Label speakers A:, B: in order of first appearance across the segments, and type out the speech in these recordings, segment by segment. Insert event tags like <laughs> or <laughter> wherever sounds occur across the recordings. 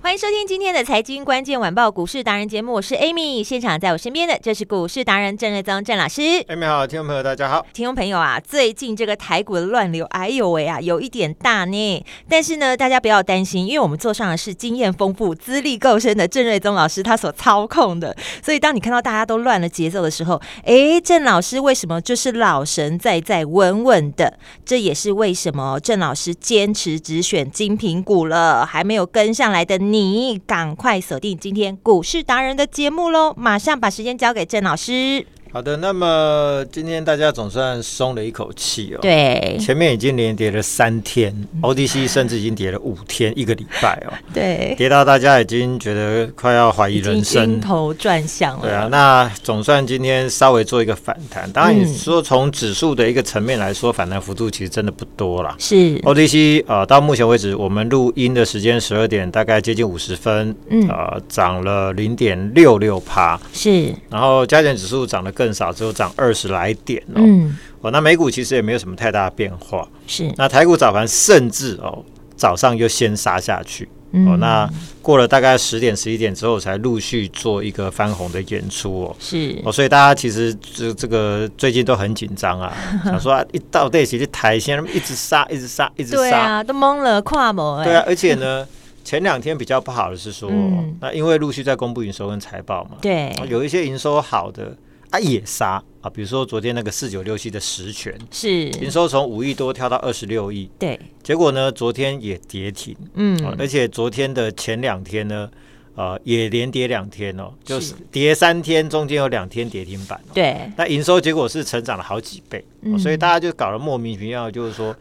A: 欢迎收听今天的财经关键晚报股市达人节目，我是 Amy，现场在我身边的这是股市达人郑瑞宗郑老师。
B: 哎，你好，听众朋友，大家好。
A: 听众朋友啊，最近这个台股的乱流，哎呦喂啊，有一点大呢。但是呢，大家不要担心，因为我们坐上的是经验丰富、资历够深的郑瑞宗老师他所操控的。所以，当你看到大家都乱了节奏的时候，哎，郑老师为什么就是老神在在、稳稳的？这也是为什么郑老师坚持只选精品股了。还没有跟上来的你，赶快锁定今天股市达人的节目喽！马上把时间交给郑老师。
B: 好的，那么今天大家总算松了一口气哦。，
A: 对嗯
B: 前面已经连跌了三天，ODC 甚至已经跌了五天，一个礼拜哦，
A: 对，
B: 跌到大家已经觉得快要怀疑
A: 已经
B: 人
A: 晕
B: 生。
A: 头转向了。
B: 对啊，那总算今天稍微做一个反弹。当然，
A: 嗯
B: 你说从指数的一个层面来说，反弹幅度其实真的不多啦。
A: 是
B: ODC 呃，到目前为止，我们录音的时间十二点，大概接近五十分，
A: 嗯
B: 呃，涨了零点六六趴，
A: 是，
B: 然后加权指数涨得更少，只有涨二十来点哦。
A: 嗯
B: 哦，那美股其实也没有什么太大的变化。
A: 是，
B: 那台股早盘甚至哦早上又先杀下去。哦，
A: 嗯
B: 那过了大概十点、十一点之后，才陆续做一个翻红的演出哦。
A: 是
B: 哦，所以大家其实这这个最近都很紧
A: <laughs>
B: 张啊，想说啊，一到这其实台先一直杀，一直杀，一直
A: 对
B: 杀。
A: 啊，都懵了，跨模哎，
B: 对啊，而且呢，前两天比较不好的是说，
A: 嗯
B: 那因为陆续在公布营收跟财报嘛，
A: 对
B: 啊有一些营收好的啊也杀啊，比如说昨天那个四九六七的实权，营
A: 是，
B: 收从五亿多跳到二十六亿，
A: 对，
B: 结果呢昨天也跌停、啊
A: 嗯
B: 而且昨天的前两天呢，呃也连跌两天哦，就是是跌三天，中间有两天跌停板、哦，
A: 对，
B: 那营收结果是成长了好几倍，哦
A: 嗯
B: 所以大家就搞得莫名其妙，就是说。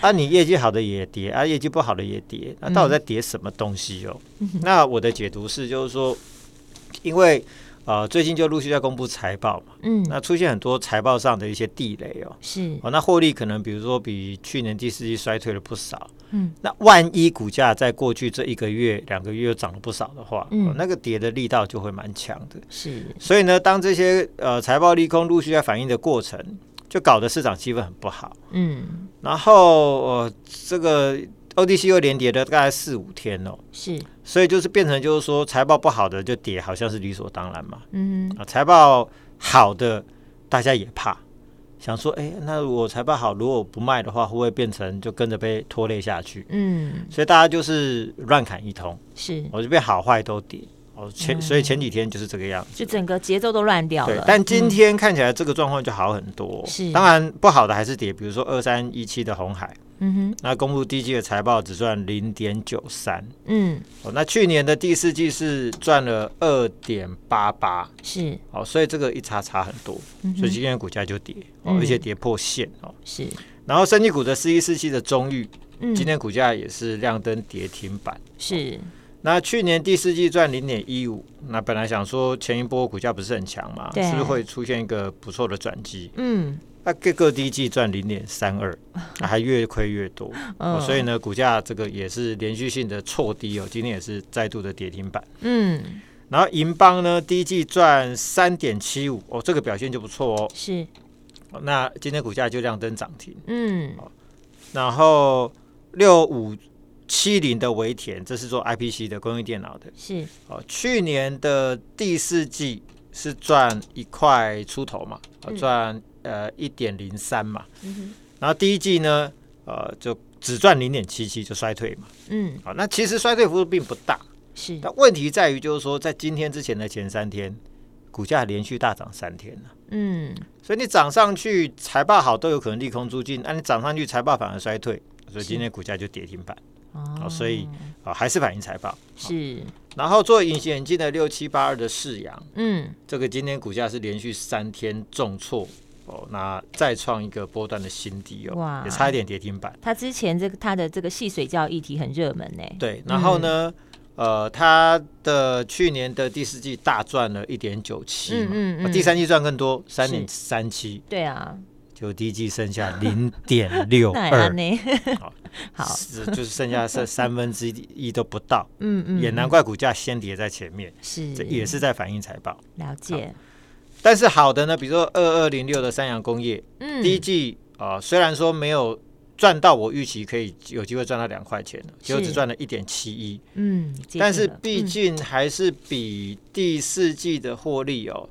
B: 啊，你业绩好的也跌，啊，业绩不好的也跌，那、到底在
A: 嗯
B: 跌什么东西哦？那我的解读是，就是说，因为呃，最近就陆续在公布财报嘛，
A: 嗯
B: 那出现很多财报上的一些地雷哦。
A: 是，
B: 哦，那获利可能比如说比去年第四季衰退了不少，
A: 嗯，
B: 那万一股价在过去这一个月、两个月又涨了不少的话，
A: 嗯
B: 哦那个跌的力道就会蛮强的。
A: 是
B: 所以呢，当这些呃财报利空陆续在反映的过程，就搞得市场气氛很不好。
A: 嗯
B: 然后呃，这个 ODC 又连跌了大概四五天哦，
A: 是，
B: 所以就是变成就是说财报不好的就跌，好像是理所当然嘛。
A: 嗯
B: 啊，财报好的大家也怕，想说，哎，那如果财报好，如果我不卖的话，会不会变成就跟着被拖累下去？
A: 嗯
B: 所以大家就是乱砍一通，
A: 是，
B: 我这边好坏都跌。哦，前所以前几天就是这个样子。
A: 就整个节奏都乱掉
B: 对
A: 了，。嗯
B: 但今天看起来这个状况就好很多。
A: 是
B: 当然不好的还是跌，比如说二三一七的红海，
A: 嗯哼
B: 那公布第一季的财报只赚零点九三，
A: 嗯
B: 哦，那去年的第四季是赚了二点八八，
A: 是
B: 哦，所以这个一差差很多，所以今天股价就跌，哦
A: 嗯，
B: 而且跌破线哦。
A: 是，
B: 然后升级股的四一四七的中裕，
A: 嗯
B: 今天股价也是亮灯跌停板。
A: 是
B: 那去年第四季赚零点一五，那本来想说前一波股价不是很强嘛，
A: 对
B: 是不是会出现一个不错的转机？
A: 嗯
B: 那各个第一季赚零点三二，啊还越亏越多、哦
A: 嗯
B: 所以呢，股价这个也是连续性的挫低哦，今天也是再度的跌停板。
A: 嗯
B: 然后银邦呢，第一季赚三点七五，哦，这个表现就不错哦。
A: 是，
B: 哦那今天股价就亮灯涨停。
A: 嗯
B: 哦然后六五七零的维田，这是做 IPC 的工业电脑的，
A: 是，
B: 哦，去年的第四季是赚一块出头嘛，哦
A: 嗯
B: 赚呃一点零三嘛。
A: 嗯
B: 然后第一季呢，呃，就只赚零点七七就衰退嘛。
A: 哼嗯
B: 好，那其实衰退幅度并不大，
A: 是，
B: 但问题在于就是说，在今天之前的前三天，股价连续大涨三天了、
A: 嗯
B: 所以你涨上去，啊财报好都有可能利空出尽，那、你涨上去，财报反而衰退，所以
A: 是哦
B: 今天股价就跌停板。啊，所以啊还是反映财报。
A: 是，
B: 然后做隐形眼镜的六七八二的世阳，
A: 嗯，
B: 这个今天股价是连续三天重挫哦，那再创一个波段的新低哦
A: 哇，
B: 也差一点跌停板。
A: 他之前这个他的这个细水教议题很热门呢、
B: 对，然后呢，呃，它的去年的第四季大赚了一点九七
A: 嗯
B: 嘛，
A: 嗯嗯
B: 啊第三季赚更多，三点三七，
A: 对啊，
B: 就第一季剩下零点
A: <laughs>
B: 六
A: 那也安
B: 二，
A: 呢，
B: 好
A: 好，
B: 是就是剩下
A: <laughs>
B: 三三分之一都不到，
A: 嗯嗯，
B: 也难怪股价先跌在前面，
A: 是，
B: 这也是在反映财报。
A: 了解，
B: 但是好的呢，比如说二二零六的三洋工业，
A: 嗯，
B: 第一季啊、呃虽然说没有赚到我预期可以有机会赚到两块钱，结果只
A: 是
B: 赚了一点七一，
A: 嗯，接近
B: 但是
A: 了
B: 毕竟还是比第四季的获利哦。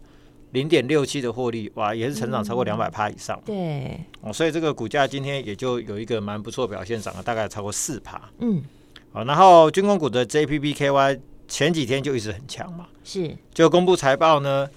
B: 零点六七的获利，哇，也是成长超过两百趴以上、
A: 嗯对，
B: 哦，所以这个股价今天也就有一个蛮不错表现，涨了大概超过四趴。
A: 嗯，
B: 哦，然后军工股的 JPPKY 前几天就一直很强嘛，
A: 是，
B: 就公布财报呢，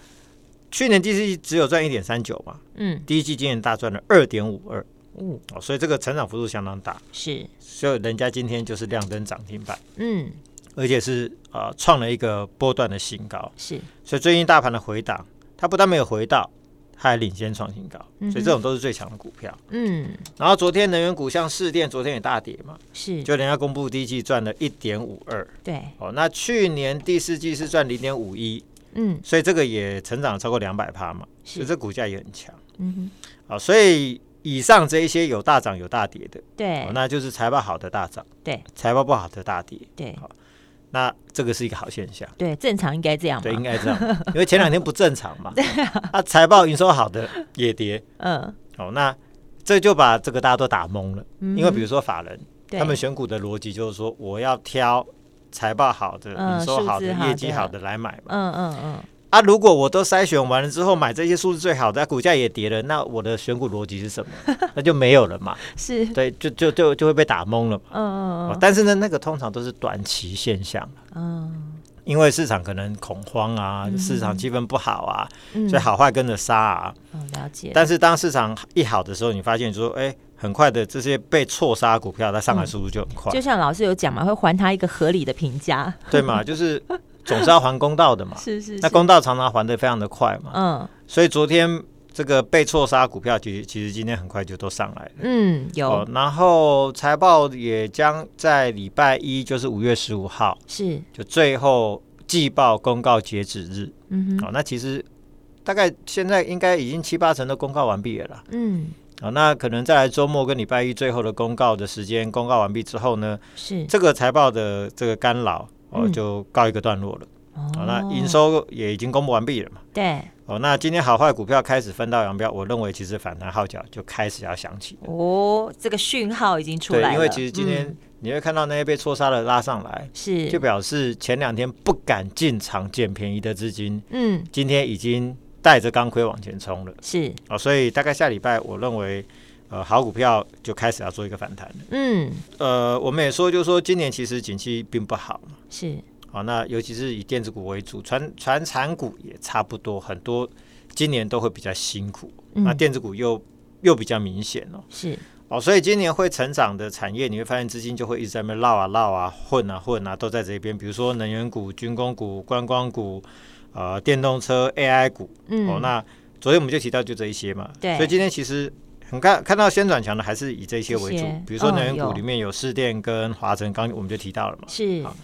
B: 去年第四季只有赚一点三九嘛，
A: 嗯，
B: 第一季今年大赚了二点五二，
A: 五
B: 哦，所以这个成长幅度相当大，
A: 是，
B: 所以人家今天就是亮灯涨停板，
A: 嗯，
B: 而且是呃创了一个波段的新高，
A: 是，
B: 所以最近大盘的回档，它不但没有回到，它还领先创新高，所以这种都是最强的股票。
A: 嗯，
B: 然后昨天能源股像市电昨天也大跌嘛，
A: 是，
B: 就人家公布第一季赚了一点五二，
A: 对，
B: 哦，那去年第四季是赚零点五一，
A: 嗯，
B: 所以这个也成长超过两百趴嘛，所
A: 是，
B: 以这股价也很强
A: 嗯
B: 啊、所以以上这一些有大涨有大跌
A: 哼，，
B: 的哦
A: 对，
B: 那就是财报好的大涨，
A: 对，
B: 财报不好的大跌，
A: 对，
B: 那这个是一个好现象。
A: 对，正常应该这样吧
B: 对，？应该这样，因为前两天不正常
A: <laughs>
B: 嘛，啊，财报营收好的也跌，
A: 嗯，
B: 哦，那这就把这个大家都打懵了，因为比如说法人，
A: 对
B: 他们选股的逻辑就是说，我要挑财报好的、
A: 嗯
B: 营收好的
A: 数字、好的
B: 业绩好的来买嘛，
A: 嗯嗯嗯，
B: 啊，如果我都筛选完了之后买这些数字最好的，股价也跌了，那我的选股逻辑
A: <laughs>
B: 是什么？那就没有了嘛，
A: 是，嗯
B: 对，就就就就会被打懵了嘛。哦
A: 嗯
B: 但是呢，那个通常都是短期现象，啊
A: 嗯
B: 因为市场可能恐慌啊，市场气氛不好啊，
A: 嗯，
B: 所以，好坏跟着杀啊。
A: 嗯，了解，
B: 但是当市场一好的时候，你发现说，哎、很快的这些被错杀股票，它上来速度就很快，
A: 嗯就像老师有讲嘛，会还他一个合理的评价，
B: 对嘛？就是总是要还公道的嘛。
A: 是是
B: 那公道常常还的非常的快嘛。
A: 嗯
B: 所以昨天这个被错杀股票，其实其实今天很快就都上来了。哦
A: 嗯，有，
B: 然后财报也将在礼拜一，就是五月十五号，
A: 是，
B: 就最后季报公告截止日。
A: 嗯哼，
B: 哦，那其实大概现在应该已经七八成都公告完毕了啦。
A: 嗯，
B: 哦，那可能再来周末跟礼拜一最后的公告的时间，公告完毕之后呢，
A: 是，
B: 这个财报的这个干扰哦
A: 嗯
B: 就告一个段落了。
A: 哦
B: 哦，那营收也已经公布完毕了嘛。
A: 对，
B: 哦，那今天好坏股票开始分道扬镳，我认为其实反弹号角就开始要响起了。
A: 哦，这个讯号已经出来
B: 对，
A: 了，
B: 因为其实今天
A: 嗯
B: 你会看到那些被错杀的拉上来，
A: 是
B: 就表示前两天不敢进场捡便宜的资金，
A: 嗯
B: 今天已经带着钢盔往前冲了
A: 是
B: 哦，所以大概下礼拜，我认为。呃，好股票就开始要做一个反弹了。
A: 嗯
B: 呃，我们也说，就是说今年其实景气并不好嘛，
A: 是
B: 好、那尤其是以电子股为主，传传产股也差不多，很多今年都会比较辛苦。
A: 嗯
B: 那电子股又又比较明显哦，
A: 是
B: 哦，所以今年会成长的产业，你会发现资金就会一直在那边绕啊绕啊，混啊混啊，都在这边。比如说能源股、军工股、观光股、呃，电动车、AI 股。
A: 嗯
B: 哦，那昨天我们就提到就这一些嘛。
A: 对
B: 所以今天其实很看看到先转强的，还是以这些为
A: 这
B: 主
A: 些。
B: 比如说能源
A: 嗯有
B: 股里面有市电跟华晨，刚刚我们就提到了嘛。
A: 是
B: 好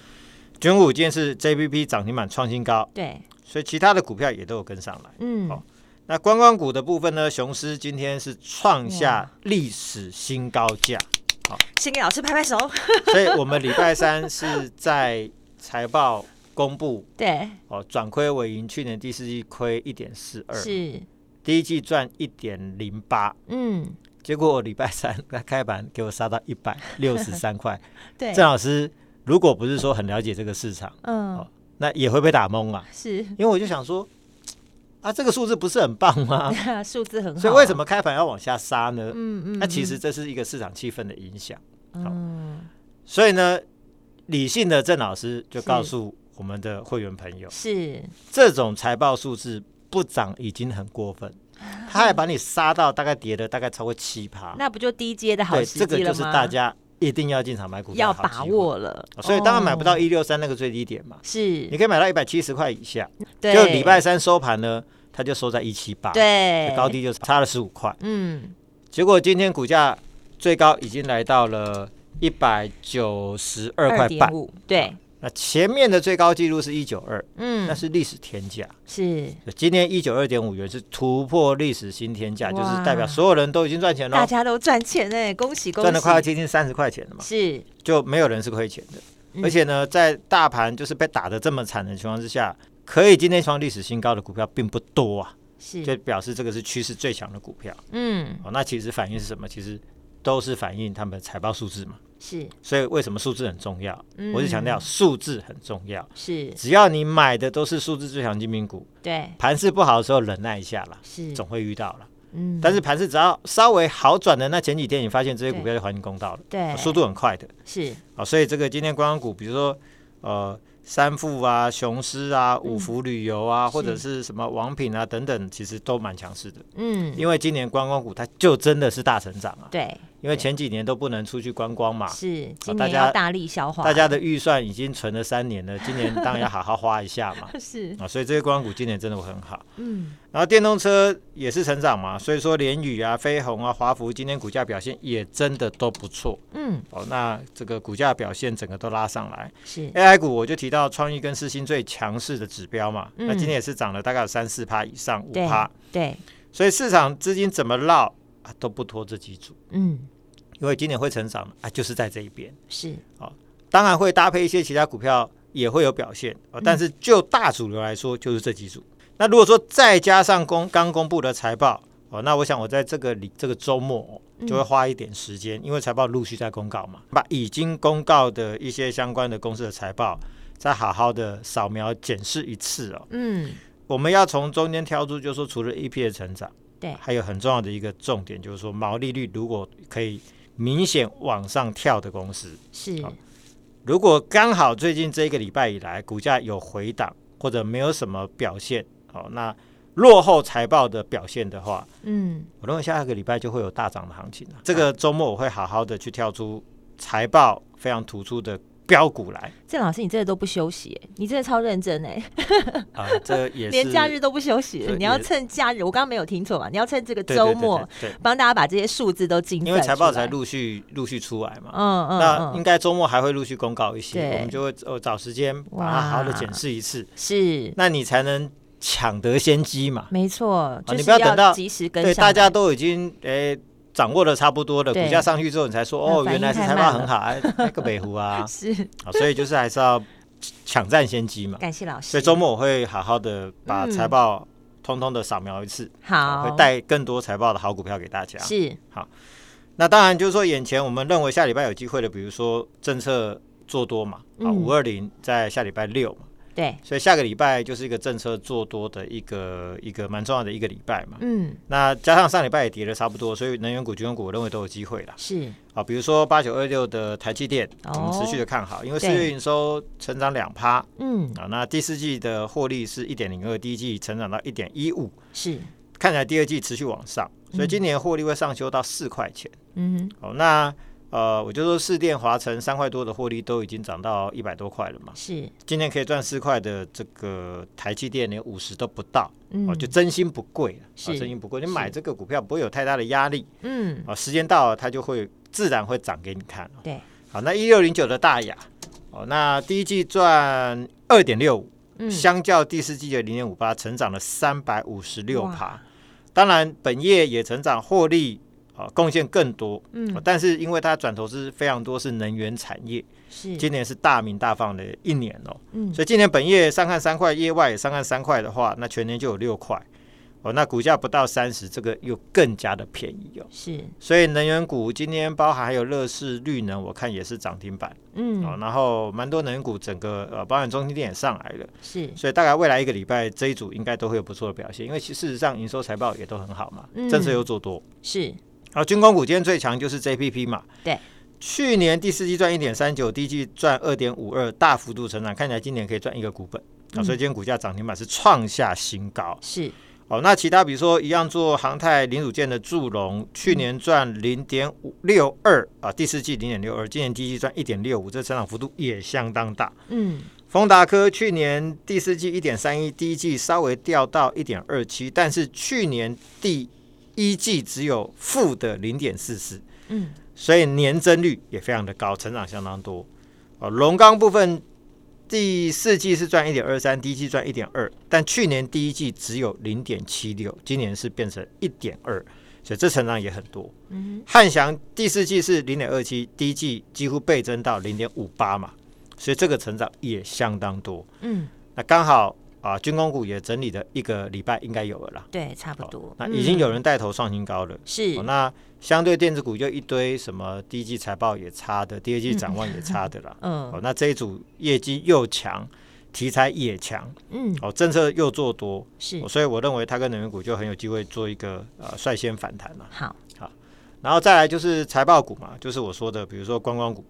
B: 军工股今天是 JPP 涨停板创新高，
A: 对
B: 所以其他的股票也都有跟上来。
A: 嗯
B: 好那观光股的部分呢，雄狮今天是创下历史新高价。
A: <laughs> 先给老师拍拍手，
B: 所以我们礼拜三是在财报公布
A: 对
B: 哦，转亏为盈，去年第四季亏一点四二，
A: 是
B: 第一季赚一点零八，
A: 嗯
B: 结果我礼拜三它开盘给我杀到一百
A: <laughs>
B: 六十三块。
A: 对
B: 郑老师如果不是说很了解这个市场，
A: 嗯
B: 哦那也会被打懵啊，
A: 是 <laughs>
B: 因为我就想说。啊，这个数字不是很棒
A: <laughs>
B: 吗？
A: 数字很好，
B: 所以为什么开盘要往下杀呢？
A: 嗯嗯
B: 那其实这是一个市场气氛的影响。
A: 嗯
B: 所以呢，理性的郑老师就告诉我们的会员朋友，
A: 是
B: 这种财报数字不涨已经很过
A: <laughs>
B: 分，他还把你杀到大概跌了大概超过七趴，
A: 那不就低阶的好
B: 对，
A: 时机
B: 这
A: 了吗？
B: 个就是大家一定要进场买股票
A: 要
B: 的好机
A: 把
B: 会，
A: 握了，
B: 所以当然买不到
A: 哦
B: 一六三那个最低点嘛，
A: 是
B: 你，可以买到一百七十块以下，
A: 对，
B: 就礼拜三收盘呢，它就收在一七八，，
A: 对
B: 高，低就差了十五块，
A: 嗯，
B: 结果今天股价最高已经来到了一百九十二块
A: 点
B: 半，
A: 五，对，
B: 那前面的最高纪录是一九二，那
A: 嗯，
B: 是历史天价。
A: 是
B: 今天一九二点五元是突破历史新天价，就
A: 哇
B: 是代表所有人都已经赚钱
A: 大
B: 了，哦
A: 家都赚钱哎，恭喜恭喜，
B: 赚了快要接近三十块钱了嘛，
A: 是
B: 就没有人是亏钱的。
A: 嗯，
B: 而且呢，在大盘就是被打得这么惨的情况之下，可以今天创历史新高的股票并不多啊，就是表示这个是趋势最强的股票。
A: 嗯，
B: 哦，那其实反映是什么？其实都是反映他们的财报数字嘛。
A: 是
B: 所以为什么数字很重要？
A: 嗯
B: 我是强调数字很重要。
A: 是，
B: 只要你买的都是数字最强精品股，
A: 对，
B: 盘势不好的时候忍耐一下啦，
A: 是，
B: 总会遇到了。
A: 嗯，
B: 但是盘势只要稍微好转的那前几天，你发现这些
A: 对
B: 股票就还你公道了，哦
A: 对，
B: 速度很快的
A: 是，
B: 啊。所以这个今天观光股，比如说呃三富啊、雄狮啊、
A: 嗯
B: 五福旅游啊，或者是什么王品啊等等，其实都蛮强势的。
A: 嗯，
B: 因为今年观光股它就真的是大成长啊，
A: 对，
B: 因为前几年都不能出去观光嘛，
A: 是，今
B: 大
A: 年
B: 家
A: 要大力消化，
B: 大家的预算已经存了三年了，今年当然要好好花一下嘛。
A: <laughs> 是，
B: 啊，所以这些观光股今年真的会很好。
A: 嗯，
B: 然后电动车也是成长嘛，所以说联宇啊、飞鸿啊、华孚今天股价表现也真的都不错
A: 嗯，
B: 哦。那这个股价表现整个都拉上来。
A: 是，
B: AI 股我就提到创意跟世新最强势的指标嘛，
A: 嗯
B: 那今天也是涨了大概有三四趴以上，五
A: 对
B: 趴。，
A: 对，
B: 所以市场资金怎么绕啊都不拖这几组，
A: 嗯，
B: 因为今年会成长啊，就是在这一边。
A: 是，
B: 当然会搭配一些其他股票也会有表现啊，但是就大主流来说，就是这几组。那如果说再加上公刚公布的财报哦，那我想我在这个里这个周末哦就会花一点时间，因为财报陆续在公告嘛，把已经公告的一些相关的公司的财报再好好的扫描检视一次哦。
A: 嗯，
B: 我们要从中间挑出，就是说除了 EP 的成长，
A: 对
B: 还有很重要的一个重点就是说毛利率如果可以明显往上跳的公司，
A: 是，
B: 好如果刚好最近这一个礼拜以来股价有回档或者没有什么表现，好、那落后财报的表现的话，
A: 嗯，
B: 我认为下个礼拜就会有大涨的行情了。这个周末我会好好的去跳出财报非常突出的标股来
A: 郑老师，你真的都不休息耶，你真的超认真哎，
B: 啊、这也是
A: 连假日都不休息，
B: 对
A: 你要
B: 也
A: 趁假日，我刚刚没有听错嘛，你要趁这个
B: 对
A: 周末
B: 对对对
A: 帮大家把这些数字都精
B: 对
A: 算
B: 因为财报
A: 出来
B: 才，陆续陆续出来嘛。
A: 嗯嗯，
B: 那
A: 嗯
B: 应该周末还会陆续公告一些，
A: 对
B: 我们就会呃找时间把
A: 哇
B: 它好好的检视一次，
A: 是
B: 那你才能抢得先机嘛。
A: 没错，就
B: 你
A: 是
B: 不要等到
A: 及时跟
B: 对，
A: 上
B: 大家
A: 来
B: 都已经诶、掌握的差不多了，
A: 对
B: 股价上去之后，你才说
A: 那
B: 哦，
A: 反应
B: 原来是
A: 太
B: 财
A: 慢，
B: 报很好，哎，那个北湖
A: <laughs>
B: 啊
A: 是
B: 好所以就是还是要抢占先机嘛。
A: 感谢老师，
B: 所以周末我会好好的把
A: 嗯
B: 财报通通的扫描一次，
A: 好
B: 啊会带啊更多财报的好股票给大家。
A: 是
B: 那当然就是说，眼前我们认为下礼拜有机会的，比如说政策做多嘛，啊，
A: 嗯
B: 五二零在下礼拜六嘛，
A: 对，
B: 所以下个礼拜就是一个政策做多的一个一个蛮重要的一个礼拜嘛。
A: 嗯
B: 那加上上礼拜也跌了差不多，所以能源股、军工股我认为都有机会啦。
A: 是
B: 啊，比如说八九二六的台积电，我们
A: 哦
B: 持续的看好，因为四
A: 对
B: 月营收成长两趴
A: 嗯
B: 啊，那第四季的获利是一点零二，第一季成长到一点一五，
A: 是
B: 看起来第二季持续往上，所以今年获利会上修到四块钱。
A: 嗯
B: 哦，那呃，我就说市电、华晨三块多的获利都已经涨到一百多块了嘛，
A: 是
B: 今年可以赚四块的这个台积电连五十都不到，
A: 嗯
B: 哦，就真心不贵了，
A: 是
B: 哦真心不贵，你
A: 是
B: 买这个股票不会有太大的压力。
A: 嗯
B: 啊，时间到了它就会自然会涨给你看。
A: 对，
B: 好，那一六零九的大雅，哦，那第一季赚二点六五，
A: 嗯
B: 相较第四季的零点五八，成长了三百五十六
A: 哇
B: 趴。当然，本业也成长，获利啊、哦贡献更多。哦
A: 嗯
B: 但是因为它转投资非常多是能源产业，
A: 是
B: 今年是大名大放的一年哦，
A: 嗯
B: 所以今年本业上看三块，业外也上看三块的话，那全年就有六块。哦，那股价不到三十，这个又更加的便宜哦。
A: 是
B: 所以能源股今天包含还有乐视、绿能，我看也是涨停板、哦。
A: 嗯
B: 然后蛮多能源股整个呃，包含中心店也上来了，
A: 是
B: 所以大概未来一个礼拜这一组应该都会有不错的表现，因为其事实上营收财报也都很好嘛，
A: 嗯
B: 政策又做多。
A: 是
B: 然后军工股今天最强就是 JPP 嘛，
A: 对，
B: 去年第四季赚一点三九，第一季赚二点五二，大幅
A: 嗯
B: 哦度成长，看起来今年可以赚一个股本。啊、所以今天股价涨停板是创下新高
A: 是
B: 哦，那其他比如说一样做航太零组件的祝融，去年赚零点五六二啊，第四季零点六二，今年第一季赚一点六五，这成长幅度也相当大。
A: 嗯
B: 丰达科去年第四季一点三一，第一季稍微掉到一点二七，但是去年第一季只有负的零点四四，
A: 嗯
B: 所以年增率也非常的高，成长相当多。哦，龙钢部分第四季是赚一点二三，第一季赚一点二，但去年第一季只有零点七六，今年是变成一点二，所以这成长也很多。
A: 嗯
B: 汉翔第四季是零点二七，第一季几乎倍增到零点五八嘛，所以这个成长也相当多。
A: 嗯，
B: 那刚好啊，军工股也整理了一个礼拜，应该有了啦。
A: 对，差不
B: 哦
A: 多。
B: 那已经
A: 嗯
B: 有人带头创新高了。
A: 是
B: 哦，那相对电子股就一堆什么第一季财报也差的，第二季展望也差的啦。哦
A: 嗯，
B: 那这一组业绩又强，题材也强，
A: 嗯
B: 哦，政策又做多，
A: 是
B: 哦所以我认为它跟能源股就很有机会做一个呃率先反弹嘛。
A: 好，
B: 然后再来就是财报股嘛，就是我说的，比如说观光股。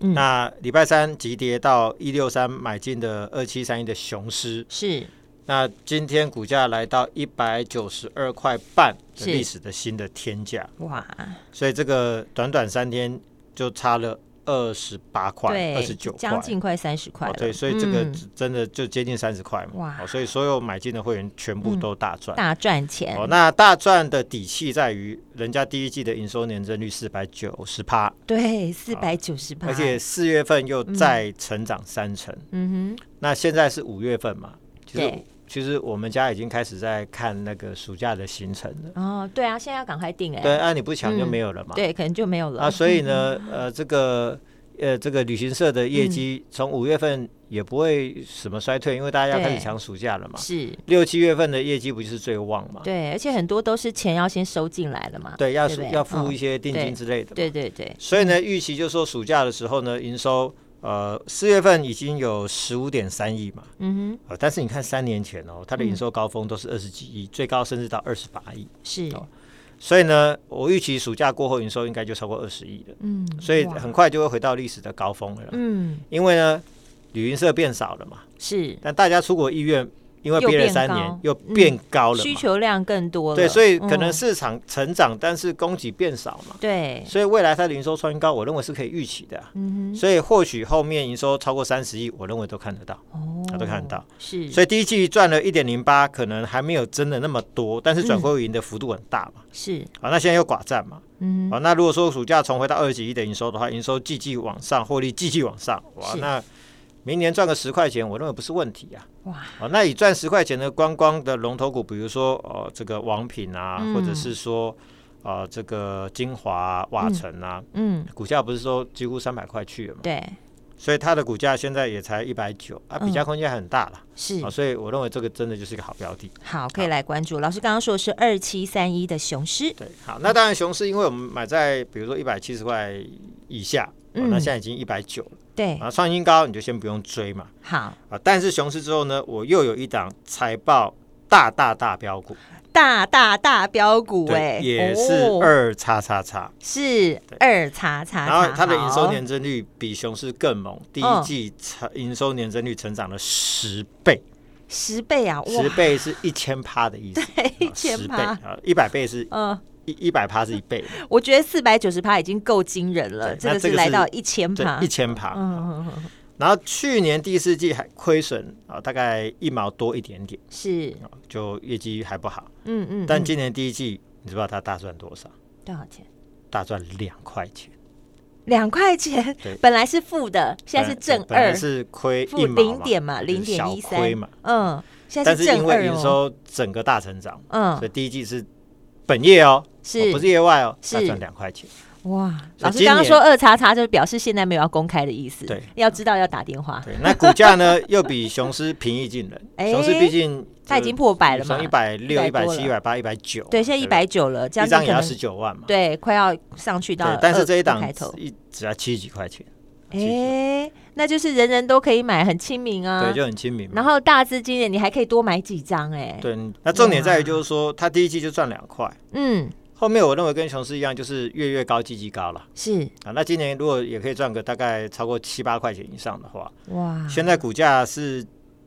A: 嗯
B: 那礼拜三急跌到一六三买进的二七三一的雄狮，
A: 是
B: 那今天股价来到一百九十二块半的
A: 是
B: 历史的新的天价，
A: 哇，
B: 所以这个短短三天就差了二十八块、
A: 对，
B: 二十九块，
A: 将近快三十块
B: 哦
A: 了。
B: 对，所以这个
A: 嗯
B: 真的就接近三十块嘛。
A: 哇嗯
B: 哦所以所有买进的会员全部都大赚。
A: 大赚钱
B: 哦，，那大赚的底气在于，人家第一季的营收年增率四百九十趴，
A: 对，四百九十八，
B: 而且四月份又再成长三成。
A: 嗯哼，
B: 那现在是五月份嘛，其实
A: 对
B: 其实我们家已经开始在看那个暑假的行程了。
A: 哦，对啊，现在要赶快定哎、
B: 对，啊，你不抢就
A: 嗯
B: 没有了嘛。
A: 对，可能就没有了
B: 啊，所以呢，呃，这个呃，这个旅行社的业绩
A: 嗯
B: 从五月份也不会什么衰退，因为大家要开始
A: 对
B: 抢暑假了嘛。
A: 是，
B: 六七月份的业绩不就是最旺嘛？
A: 对，而且很多都是钱要先收进来了嘛，
B: 对，要
A: 对不对
B: 要付
A: 嗯
B: 一些定
A: 对
B: 金之类的。
A: 对对对，
B: 所以呢，预期就说暑假的时候呢，营收呃四月份已经有十五点三亿嘛，
A: 嗯
B: 呃，但是你看三年前哦，它的营
A: 嗯
B: 收高峰都是二十几亿，最高甚至到二十八亿。
A: 哼，是，
B: 哦所以呢，我预期暑假过后营收应该就超过二十亿了，
A: 嗯，
B: 所以
A: 哇
B: 很快就会回到历史的高峰了啦。
A: 嗯
B: 因为呢，旅行社变少了嘛，
A: 是
B: 但大家出国意愿因为
A: 又
B: 憋了
A: 变
B: 三
A: 高
B: 年又
A: 嗯
B: 变高了嘛，
A: 需求量更多了，
B: 对，所以可能
A: 嗯
B: 市场成长，但是供给变少嘛，
A: 对，
B: 所以未来它的营收创新高，我认为是可以预期的啊、
A: 嗯
B: 所以或许后面营收超过三十亿，我认为都看得到。
A: 哼，
B: 大家都看得到
A: 哦，是，
B: 所
A: 以
B: 以第一季赚了一点零八，可能还没有真的那么多，但
A: 嗯
B: 是转亏为盈的幅度很大嘛。
A: 是，
B: 啊，那现在又寡占嘛。
A: 嗯哼，
B: 啊，那如果说暑假重回到二十亿的营收的话，营收季季往上，获利季季往上，哇，
A: 是
B: 那明年赚个十块钱，我认为不是问题啊。
A: 哇，
B: 哦，那以赚十块钱的观光的龙头股，比如说呃这个王品啊，
A: 嗯
B: 或者是说呃这个精华啊、瓦城啊，
A: 嗯，
B: 股价不是说几乎三百块去了嘛，
A: 对，
B: 所以它的股价现在也才一百九啊，
A: 嗯
B: 比价空间还很大啦。
A: 是
B: 啊，，所以我认为这个真的就是一个好标的。
A: 好，可以来关注。老师刚刚说的是二七三一的雄狮，
B: 对，好，那当然熊市，因为我们买在比如说一百七十块以下，哦
A: 嗯
B: 那现在已经一百九了，
A: 对，
B: 啊，创新高你就先不用追嘛，
A: 好，
B: 啊，但是熊市之后呢，我又有一档财报大大大标股。
A: 大大大标股哎，
B: 也是
A: 哦
B: 二叉叉叉，
A: 是
B: 对
A: 二叉叉，
B: 然后它的营收
A: 好
B: 年增率比熊市更猛，第一
A: 嗯
B: 季成营收年增率成长了十倍，
A: 十倍啊，哇
B: 十，倍是一千趴的意
A: <laughs>
B: 思，啊10
A: 1000%
B: 倍啊，一百倍是
A: 嗯，
B: 一一百趴是一倍，
A: 我觉得四百九十趴已经够惊人了，
B: 对
A: 这
B: 那
A: 个
B: 这
A: 是
B: 个
A: 来
B: 是
A: 到一千
B: 对
A: 趴，，
B: 一千趴。
A: 嗯，嗯嗯嗯
B: 然后去年第四季还亏损啊，大概一毛多一点点，
A: 是，
B: 啊就业绩还不好。
A: 嗯嗯，
B: 但
A: 嗯
B: 今年第一季，你知不知道它大赚多少？
A: 多少钱？
B: 大赚两块钱，
A: 两块钱
B: 对，
A: 本来是负的，现在是
B: 本
A: 正
B: 本来
A: 二，
B: 是亏
A: 负
B: 一毛
A: 零点嘛，
B: 就
A: 零
B: 是
A: 点
B: 小
A: 一
B: 亏
A: 三
B: 嘛，
A: 嗯，现在
B: 但是
A: 是正
B: 因为
A: 二
B: 营
A: 哦，
B: 收整个大成长，所以
A: 嗯，
B: 第一季是本业哦，哦
A: 是
B: 不是业外哦，
A: 是
B: 它赚两块钱。
A: 哇，
B: 所以
A: 老师
B: 今
A: 刚刚
B: 年
A: 说二叉叉，就是表示现在没有要公开的意思，
B: 对，
A: 要知道要打电话，
B: 对，那股价呢又比雄狮平易近人，
A: <laughs> 哎
B: 雄狮毕竟
A: 它已经破百了嘛
B: 从一百六、一
A: 100
B: 百
A: 多了
B: 七、一百八、一百九，
A: 对，现在一
B: 不对
A: 百九了，这
B: 一
A: 样
B: 张也
A: 可
B: 要
A: 能
B: 十九万嘛。
A: 对，快要上去到
B: 对
A: 了，
B: 但是这一
A: 二
B: 档
A: 开头，
B: 一只要七十几块钱，
A: 哎、
B: 七十几
A: 那就是人人都可以买，很亲民啊。
B: 对，就很亲民嘛。
A: 然后大资金的你还可以多买几张、哎，，
B: 对，那重点在于就是说，它第一季就赚两块，
A: 嗯，
B: 后面我认为跟雄狮一样，就是月月高，季季高了
A: 是
B: 啊。那今
A: 嗯
B: 年如果也可以赚个大概超过七八块钱以上的话，
A: 哇，
B: 现在股价是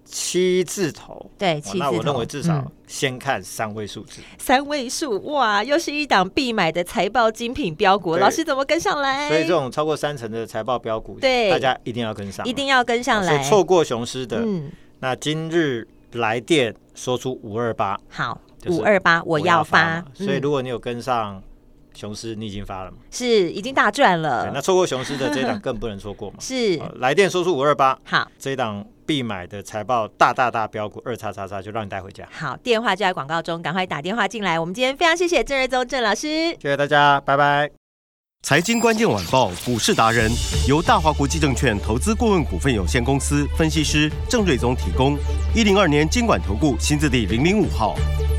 B: 七字头，
A: 对
B: 哦
A: 哎七
B: 那
A: 字
B: 我认
A: 头
B: 为至少
A: 嗯
B: 先看三位数字。
A: 三位数哇，又是一档必买的财报精品标股，
B: 对
A: 老师怎么跟上来？
B: 所以这种超过三成的财报标股，
A: 哎对
B: 大家一定要跟上，
A: 一定要跟上
B: 哦所
A: 来
B: 以。错过雄狮的，
A: 嗯，
B: 那今日来电说出五二八，
A: 好，
B: 就是
A: 五二八我要发
B: 嘛，所以
A: 嗯
B: 如果你有跟上雄狮，你已经发了嘛？
A: 是已经大赚
B: 对，那
A: 了，
B: 错过雄狮的这一档更不能错
A: <laughs>
B: 过嘛？
A: 是
B: 哦来电说出五二八，
A: 好。
B: 这一档必买的财报大大大标股二叉叉叉，就让你带回家。
A: 好，电话就在广告中，赶快打电话进来。我们今天非常谢谢郑瑞宗郑老师。
B: 谢谢大家，拜拜。
C: 财经关键晚报股市达人由大华国际证券投资顾问股份有限公司分析师郑瑞宗提供。一零二年经管投顾新字第零零五号。